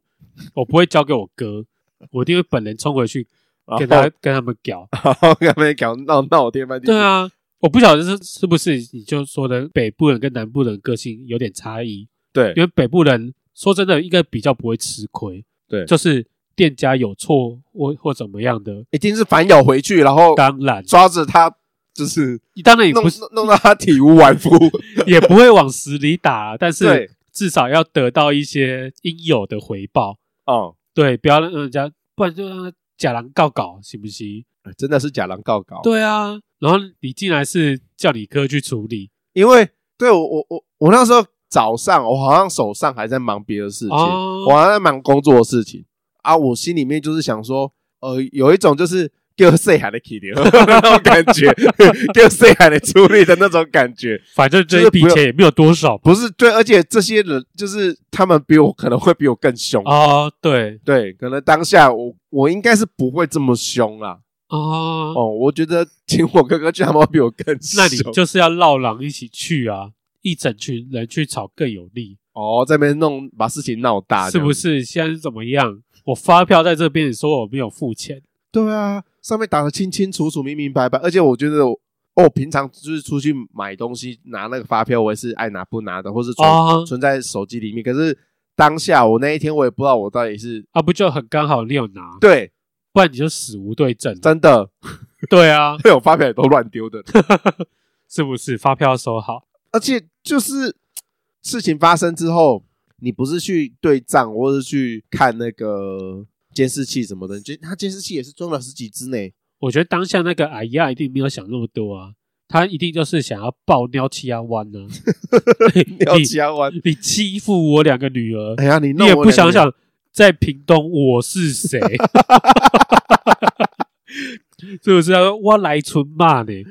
我不会交给我哥，我一定会本人冲回去跟然他后跟他们搞。然后跟他们搞闹闹天翻地。对，啊，我不晓得是是不是你就说的北部人跟南部人个性有点差异，对因为北部人说真的应该比较不会吃亏，对，就就是店家有错或或怎么样的，一定是反咬回去，然后当然，抓着他就是当然也弄哎不是弄弄到他体无完 肤。 也不会往死里打，但对是至少要得到一些应有的回报。哦，对，不要让人家，不然就让他假狼告搞，行不行？真的是假狼告告。对啊，然后你进来是叫你哥去处理因为对我我我我那时候早上我好像手上还在忙别的事情，哦我还在忙工作的事情啊，我心里面就是想说，呃，有一种就是给谁还的 k 那种感觉，给谁还的处理的那种感觉，反正就是这一笔不要钱也没有多少不是对，而且这些人就是他们比我可能会比我更凶，哦，对对，可能当下我我应该是不会这么凶啦，哦，哦，我觉得请我哥哥去，他们会比我更凶，那你就是要绕狼一起去啊，一整群人去吵更有利。哦，这边弄把事情闹大，是不？是？现在是怎么样？我发票在这边，你说我没有付钱，对啊，上面打的清清楚楚、明明白白，而且我觉得我。哦，我平常就是出去买东西拿那个发票，我也是爱拿不拿的，或是存、哦存在手机里面。可是当下我那一天我也不知道我到底是啊，不就很刚好你有拿，对，不然你就死无对证。真的，对啊，因为我发票也都乱丢的。 是不是？发票收好，而且就是事情发生之后，你不是去对账，或是去看那个监视器什么的，你觉得他监视器也是装了十几只呢。我觉得当下那个哎呀，一定没有想那么多啊，他一定就是想要爆尿气啊弯 呢、啊，廖家湾，你你欺负我两个女儿，哎呀，你你弄也我不两想年，想在屏东我 是谁，是不是、啊？我来村骂 你，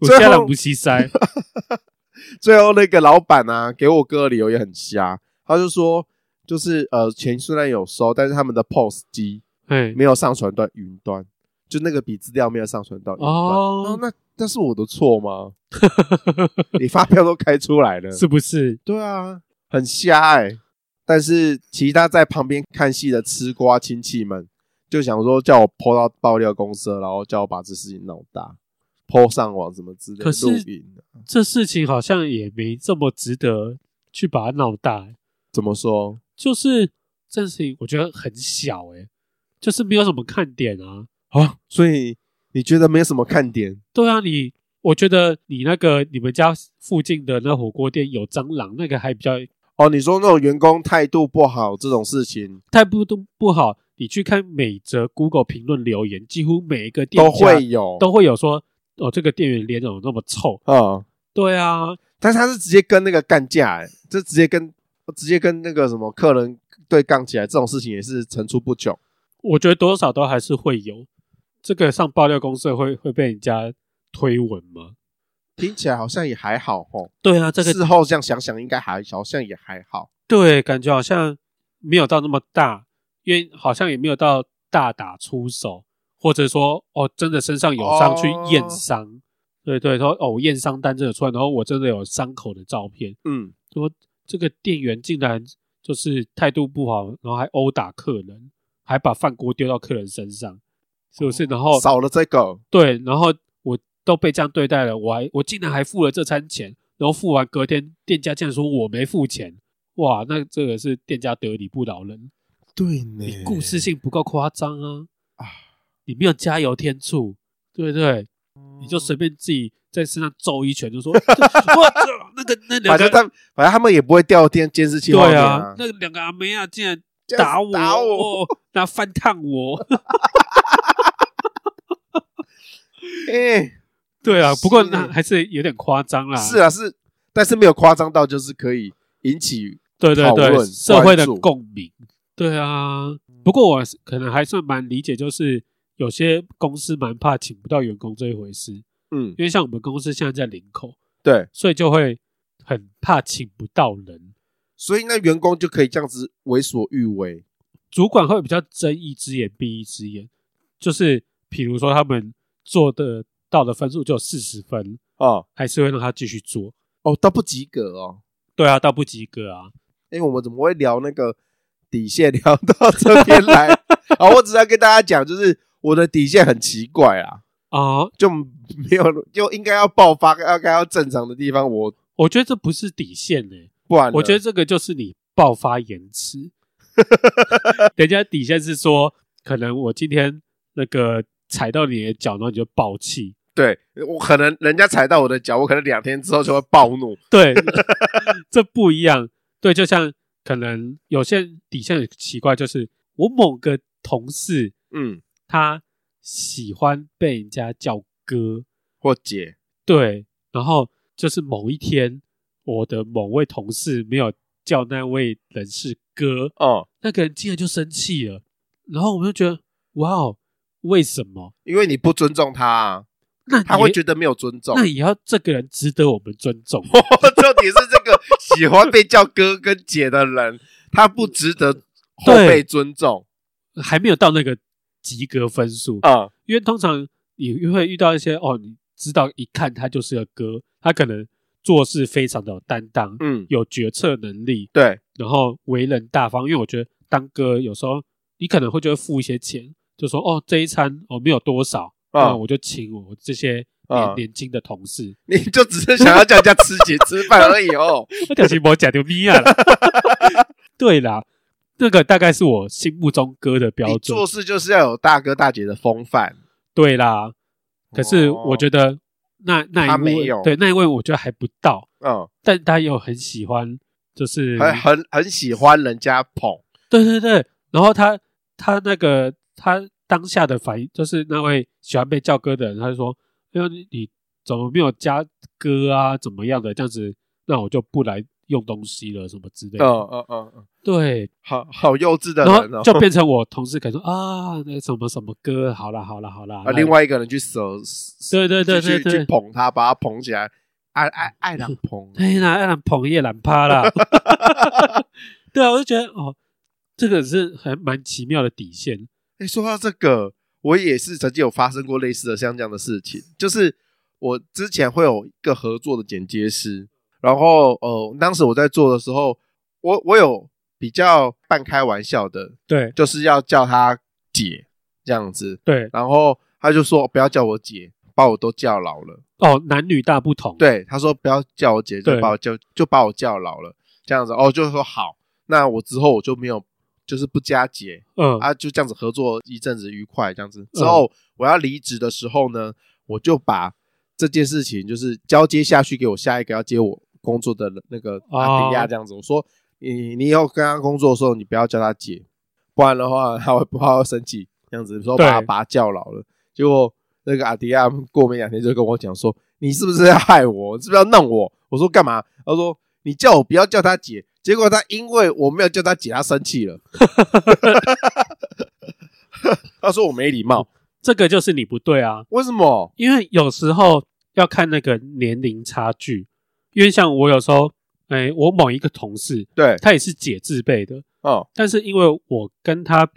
我最后家人不西 塞，最后那个老板啊，给我哥的理由也很瞎，他就说。就是呃，钱虽然有收，但是他们的 POS 机哎，没有上传到云端，就那个笔资料没有上传到云端。哦然后那那是我的错 吗？你发票都开出来了，是不是？对啊，很瞎哎、但是其他在旁边看戏的吃瓜亲戚们就想说，叫我泼到爆料公社，然后叫我把这事情闹大，泼上网什么之类的可是录影啊。这事情好像也没这么值得去把它闹大、怎么说？就是这件事情我觉得很小哎、就是没有什么看点啊。啊，所以你觉得没有什么看点？对啊，你我觉得你那个你们家附近的那火锅店有蟑螂，那个还比较哦，你说那种员工态度不好这种事情态度都不好。你去看每则 Google 评论留言，几乎每一个店都家会有，都会有说哦，这个店员脸怎么那么臭？啊、嗯，对啊，但是他是直接跟那个干架、欸，这直接跟直接跟那个什么客人对杠起来，这种事情也是层出不穷。我觉得多少都还是会有。这个上爆料公社会会被人家推文吗？听起来好像也还好吼，对啊，这个事后这样想想，应该还好像也还好。对，感觉好像没有到那么大，因为好像也没有到大打出手，或者说哦，真的身上有伤去验哦伤。对对，说哦，我验伤单真的出来，然后我真的有伤口的照片。嗯，这个店员竟然就是态度不好，然后还殴打客人，还把饭锅丢到客人身上，是不是？然后哦少了这个，对，然后我都被这样对待了，我还我竟然还付了这餐钱，然后付完隔天店家竟然说我没付钱，哇，那这个是店家得理不饶人，对呢你故事性不够夸张啊，啊你没有加油添醋，对不对？你就随便自己在身上揍一拳，就说 哇，这那个那两反正个他反正他们也不会掉电监视器画对面啊，那两个阿妹啊竟然这样打子我，打 我，哦拿饭烫我， 哎，对啊，不过是那还是有点夸张啦，是啊是，但是没有夸张到就是可以引起对对讨对，论社会的关注共鸣。对啊，不过我是可能还算蛮理解，就是有些公司蛮怕请不到员工这一回事，嗯因为像我们公司现在在林口，对，所以就会很怕请不到人，所以那员工就可以这样子为所欲为。主管会比较睁一只眼闭一只眼，就是比如说他们做的到的分数就有四十分，哦还是会让他继续做。哦，都不及格哦。对啊，到不及格啊，哎、我们怎么会聊那个底线聊到这边 来？好，我只是要跟大家讲，就是我的底线很奇怪啊，啊、就没有就应该要爆发，要该要正常的地方，我我觉得这不是底线呢、欸不然呢我觉得这个就是你爆发延迟。人家底线是说，可能我今天那个踩到你的脚，然后你就爆气。对我可能人家踩到我的脚，我可能两天之后就会暴怒。对，这不一样。对，就像可能有些底线很奇怪，就是我某个同事嗯，他喜欢被人家叫哥，或姐，对，然后就是某一天我的某位同事没有叫那位人是哥，哦，那个人竟然就生气了，然后我们就觉得，哇哦，为什么？因为你不尊重他、啊，那他会觉得，得没有尊重那。也要这个人值得我们尊重。 重点是这个喜欢被叫哥跟姐的人，他不值得后对被尊重。还没有到那个及格分数，啊，因为通常你会遇到一些哦，你知道一看他就是个哥，他可能做事非常的有担当，嗯，有决策能力，对，然后为人大方。因为我觉得当哥有时候你可能会就会付一些钱，就说哦这一餐哦没有多少，啊那我就请我这些啊年年轻的同事，你就只是想要叫人家吃几 吃饭而已哦。 我就是无食到米 啊啦。对啦，那个大概是我心目中哥的标你准做。事就是要有大哥大姐的风范，对啦，可是哦我觉得那那他一没位有，对那一位我觉得还不到，嗯，但他又很喜欢，就是很很很喜欢人家捧， 对对对。然后他他那个他当下的反应，就是那位喜欢被叫哥的人，他就说：“哎呦，你你怎么没有加哥啊？怎么样的这样子？那我就不来用东西了，什么之类嗯的。嗯嗯嗯，对，好好幼稚的然人哦后。就变成我同事可能说啊，那什么什么歌，好啦好啦好啦。啊，另外一个人去舍，对对对对去去对，捧他，把他捧起来，爱爱爱人捧，哎呀，爱兰捧也懒趴啦。 对啊，我就觉得哦，这个是还蛮奇妙的底线。哎、说到这个，我也是曾经有发生过类似的像这样的事情，就是我之前会有一个合作的剪接师，然后呃，当时我在做的时候，我我有比较半开玩笑的，对就是要叫他姐这样子，对然后他就说不要叫我姐，把我都叫老了。哦，男女大不同。对，他说不要叫我姐，就对把我叫就把我叫老了这样子。哦，就说好，那我之后我就没有就是不加姐，嗯，啊，就这样子合作一阵子愉快，这样子之后我要离职的时候呢，我就把这件事情就是交接下去给我下一个要接我工作的那个哦阿迪亚这样子，我说你你以后跟他工作的时候，你不要叫他姐，不然的话他会不好生气，这样子说把他对把他叫老了，结果那个阿迪亚过没两天就跟我讲说，你是不是要害我？是不是要弄我？我说干嘛？他说你叫我不要叫他姐，结果他因为我没有叫他姐，他生气了。 他说我没礼貌，这个就是你不对啊，为什么？因为有时候要看那个年龄差距。因为像我有时候，哎，我某一个同事，对，他也是姐字辈的，哦，但是因为我跟他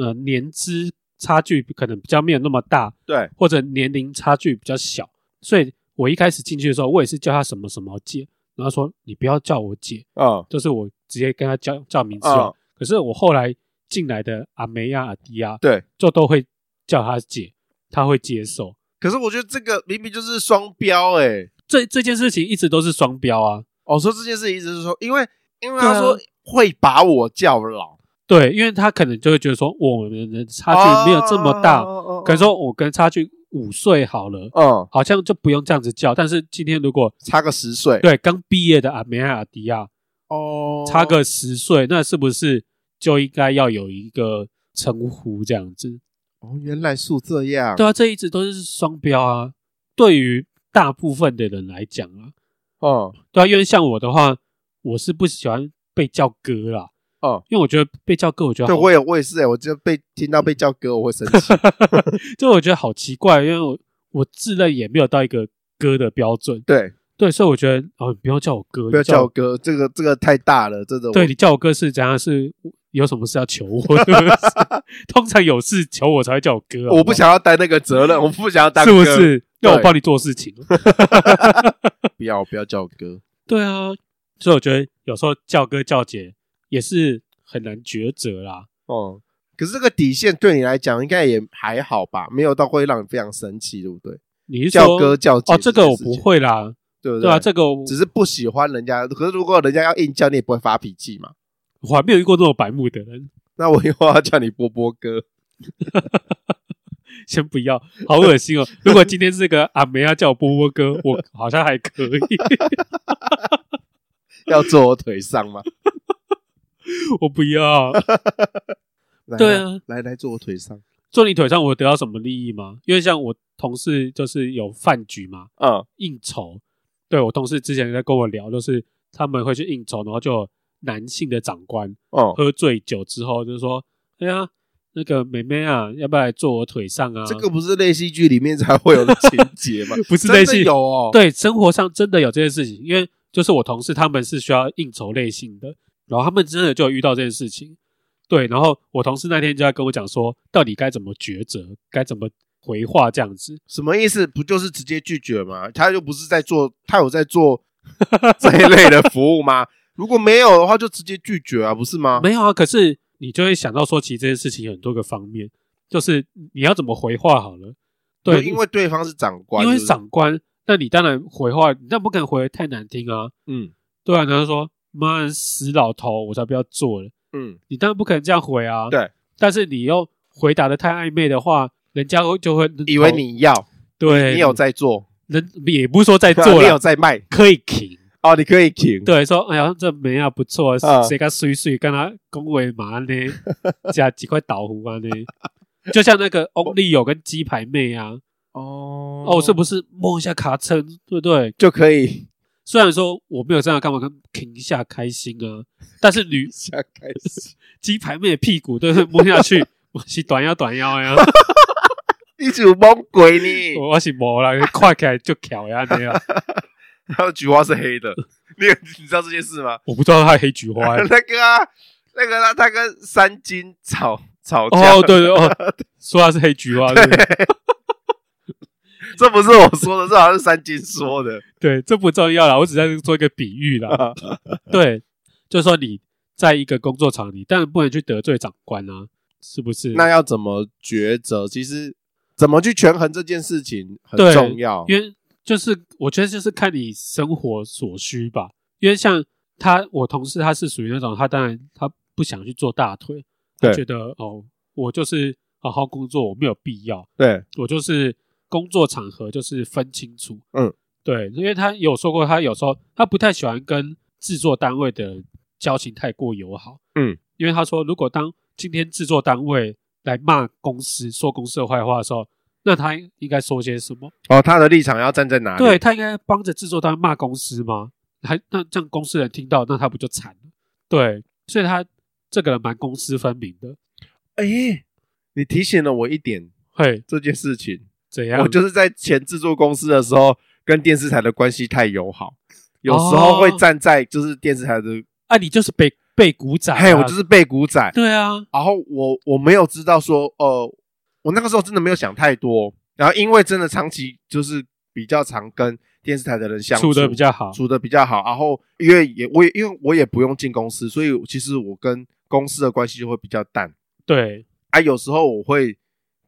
呃年资差距可能比较没有那么大，对，或者年龄差距比较小，所以我一开始进去的时候，我也是叫他什么什么姐，然后说你不要叫我姐，嗯，就是我直接跟他叫叫名字了。嗯可是我后来进来的阿梅亚、阿迪亚，对。就都会叫他姐，他会接受。可是我觉得这个明明就是双标哎、这这件事情一直都是双标啊，哦，说这件事情一直是说，因为因为对啊他说会把我叫老，对，因为他可能就会觉得说我们的差距没有这么大，哦可是，说我跟差距五岁好了，哦哦嗯，好像就不用这样子叫。但是今天如果差个十岁，对刚毕业的阿梅亚、阿迪亚，哦，差个十岁，那是不是就应该要有一个称呼这样子？哦，原来是这样，对啊，这一直都是双标啊。对于大部分的人来讲啊，哦，对啊，因为像我的话，我是不喜欢被叫哥啦。哦，因为我觉得被叫哥，我觉得对，好我也我也是哎、我就被听到被叫哥，我会生气， 就我觉得好奇怪，因为我我自认也没有到一个哥的标准，对，对，所以我觉得哦，你不要叫我哥，不要你叫叫我哥，这个这个太大了，这个我对你叫我哥是怎样？是有什么事要求我？是 不是通常有事求我才会叫我哥，好我好不想要担那个责任，我不想要担，是不？是？要我对帮你做事情？ 不要不要叫我哥，对啊，所以我觉得有时候叫哥叫姐也是很难抉择啦。哦、可是这个底线对你来讲应该也还好吧，没有到会让你非常生气，对不对？你是叫说哥叫姐哦，这个我件事不情，会啦，对不对啊，这个我只是不喜欢人家，可是如果人家要硬叫你，也不会发脾气嘛。我还没有遇过那种白目的人，那我以后要叫你波波哥，先不要，好恶心哦。如果今天是个阿梅要叫我波波哥，我好像还可以， 要坐我腿上吗？我不要来对啊，来来坐我腿上。坐你腿上，我有得到什么利益吗？因为像我同事就是有饭局嘛，嗯应酬。对我同事之前在跟我聊，就是他们会去应酬，然后就有男性的长官哦，喝醉酒之后就说：“哎呀，那个妹妹啊，要不要来坐我腿上啊？”这个不是类戏剧里面才会有的情节吗？ 不是真的类似有哦。，对生活上真的有这件事情，因为就是我同事他们是需要应酬类型的，然后他们真的就有遇到这件事情。对，然后我同事那天就在跟我讲说，到底该怎么抉择，该怎么回话这样子。 什么意思？不就是直接拒绝吗？他又不是在做，他有在做这一类的服务吗？如果没有的话，就直接拒绝啊，不是吗？没有啊，可是你就会想到说，其实这件事情有很多个方面，就是你要怎么回话好了。对，因为对方是长官，因为是不是长官，那你当然回话，你那不可能回得太难听啊。嗯对啊，然后说妈死老头，我才不要做了。嗯，你当然不可能这样回啊。对，但是你又回答的太暧昧的话，人家会就会以为你要，哦对你有在做，啊人也不是说 在做你有了，在卖可以停。哦，你可以请。对，说哎呀，这梅啊不错，啊谁敢水水跟他恭维嘛呢？加几块豆腐啊呢？就像那个翁立友跟鸡排妹啊，哦哦，是不是摸一下卡称，对不对？就可以虽然说我没有这样干嘛，跟停一下开心啊，但是女下开始？鸡排妹的屁股对不对？摸下去，我是短腰短腰呀，你主蒙鬼 你，我是摸啦，跨起来就翘呀那样。他的菊花是黑的，你有你知道这件事吗？我不知道他黑菊花、 欸。那个啊，那个他他跟三金吵吵架，哦，对对哦，说他是黑菊花，对不对这不是我说的，这好像是三金说的。对，这不重要啦，我只在做一个比喻啦。啊对，就是说你在一个工作场，你当然不能去得罪长官啊，是不是？那要怎么抉择？其实怎么去权衡这件事情很对重要。因为就是我觉得就是看你生活所需吧。因为像他，我同事他是属于那种，他当然他不想去做大腿，他对觉得哦，我就是好好工作，我没有必要，对，我就是工作场合就是分清楚。嗯，对，因为他有说过，他有时候他不太喜欢跟制作单位的人交情太过友好。嗯，因为他说，如果当今天制作单位来骂公司、说公司的坏话的时候，那他应该说些什么？哦，他的立场要站在哪里？对，他应该帮着制作单位骂公司吗？还那这样公司人听到，那他不就惨了？对，所以他这个人蛮公私分明的。哎、你提醒了我一点嘿，这件事情。怎样？我就是在前制作公司的时候，跟电视台的关系太友哦好，有时候会站在就是电视台的，啊，你就是被被鼓掌、啊，嘿，我就是被鼓仔。对啊，然后我我没有知道说，呃，我那个时候真的没有想太多。然后因为真的长期就是比较常跟电视台的人相处处的比较好。处的比较好，然后因为也我也因为我也不用进公司，所以其实我跟公司的关系就会比较淡。对，啊，有时候我会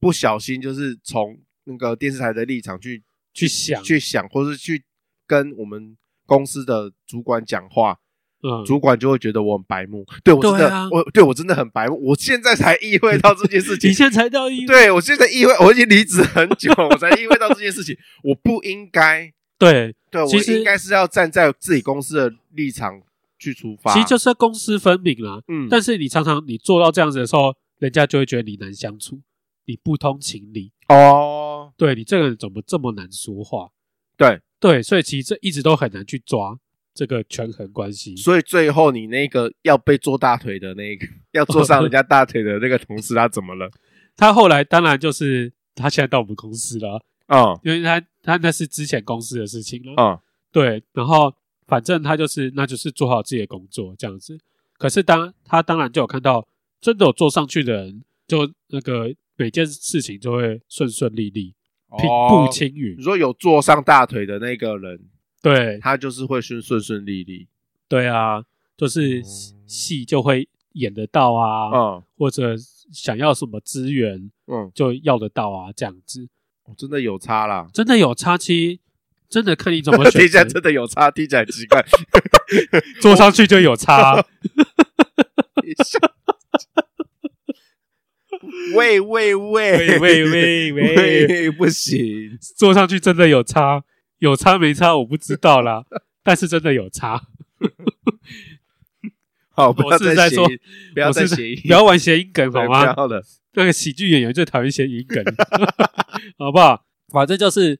不小心就是从那个电视台的立场去去想，去想，或是去跟我们公司的主管讲话，嗯，主管就会觉得我很白目。对我真对的，啊我对我真的很白目。我现在才意会到这件事情你，现在才到一对我现在意会，我已经离职很久，我才意会到这件事情，我不应该，对，对我其实应该是要站在自己公司的立场去出发。其实就是公私分明啦。嗯，但是你常常你做到这样子的时候，人家就会觉得你难相处，你不通情理，哦，对你这个人怎么这么难说话？对对，所以其实这一直都很难去抓这个权衡关系。所以最后你那个要被坐大腿的那个，要坐上人家大腿的那个同事，他怎么了？他后来当然就是他现在到我们公司了，哦因为他他那是之前公司的事情了。哦，对，然后反正他就是那就是做好自己的工作这样子。可是当他当然就有看到真的有坐上去的人，就那个每件事情就会顺顺利利，平步哦青云。你说有坐上大腿的那个人，对他就是会顺顺顺利利。对啊，就是戏就会演得到啊，嗯或者想要什么资源嗯，就要得到啊，这样子哦真的有差啦。真的有差期。真的看你怎 么听选起来择，真的有差，听起来很奇怪。坐上去就 有差、喂喂喂喂喂喂喂，喂，不行，坐上去真的有差，有差没差我不知道 啦，但是真的有差。好，不要我是再在谐说音，不要再我是谐音，不要玩谐音梗好对吗不？要了。那个喜剧演员最讨厌谐音 梗，好不好？反正就是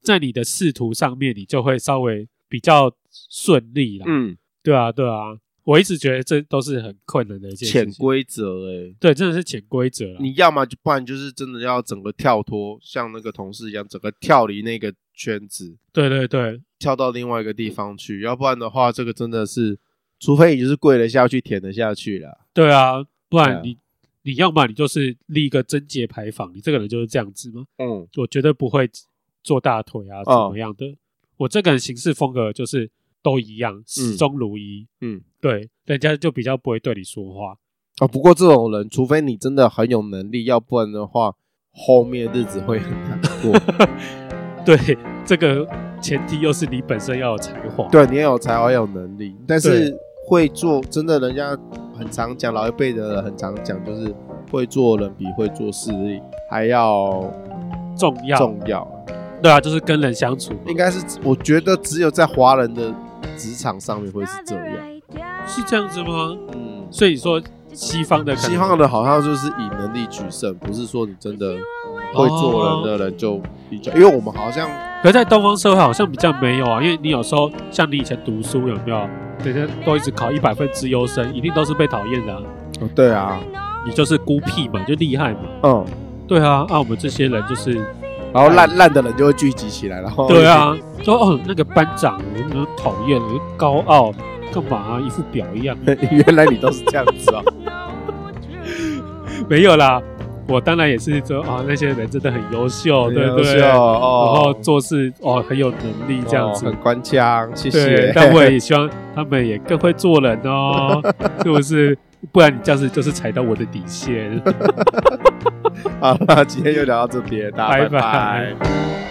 在你的仕途上面，你就会稍微比较顺利啦。嗯，对啊，对啊，我一直觉得这都是很困难的一件事潜情。规则哎，对，啊真的是潜规则啦。你要么就不然就是真的要整个跳脱，像那个同事一样，整个跳离那个圈子，对对对跳到另外一个地方去。要不然的话，这个真的是，除非你就是跪得下去，舔得下去啦。对啊，不对啊然你、你要么你就是立一个贞节牌坊，你这个人就是这样子吗？嗯，哦我绝对不会做大腿啊，怎么样的。我这个人行事风格就是都一样，始终如一。嗯，对，人家就比较不会对你说话。啊，不过这种人，除非你真的很有能力，要不然的话，后面日子会很难过。对，这个前提又是你本身要有才华。对你要有才华，要有能力，但是对会做，真的人家很常讲，老一辈的人很常讲，就是会做人比会做事还要重要。重要。对啊，就是跟人相处嘛，应该是，我觉得只有在华人的职场上面会是这样。是这样子吗？嗯，所以说，西方的可能西方的好像就是以能力取胜，不是说你真的会做人的人就比哦较，因为我们好像可是在东方社会好像比较没有啊，因为你有时候像你以前读书有没有，人家都一直考一百分之优生，一定都是被讨厌的、啊，哦对啊，你就是孤僻嘛，就厉 害嘛。嗯，对啊，啊，我们这些人就是 然后烂烂的人就会聚集起来，然后对啊，说哦那个班长你那么讨厌，你高傲，干嘛啊、一副表一样？ 原来你都是这样子哦。没有啦，我当然也是说啊，那些人真的很优秀，对不很优对？秀然哦，后做事哦很有能力这样子，哦很官腔，谢对谢，。 但我也希望他们也更会做人哦，是不是？不然你这样子就是踩到我的底线。好了，今天就聊到这边，大家拜拜拜拜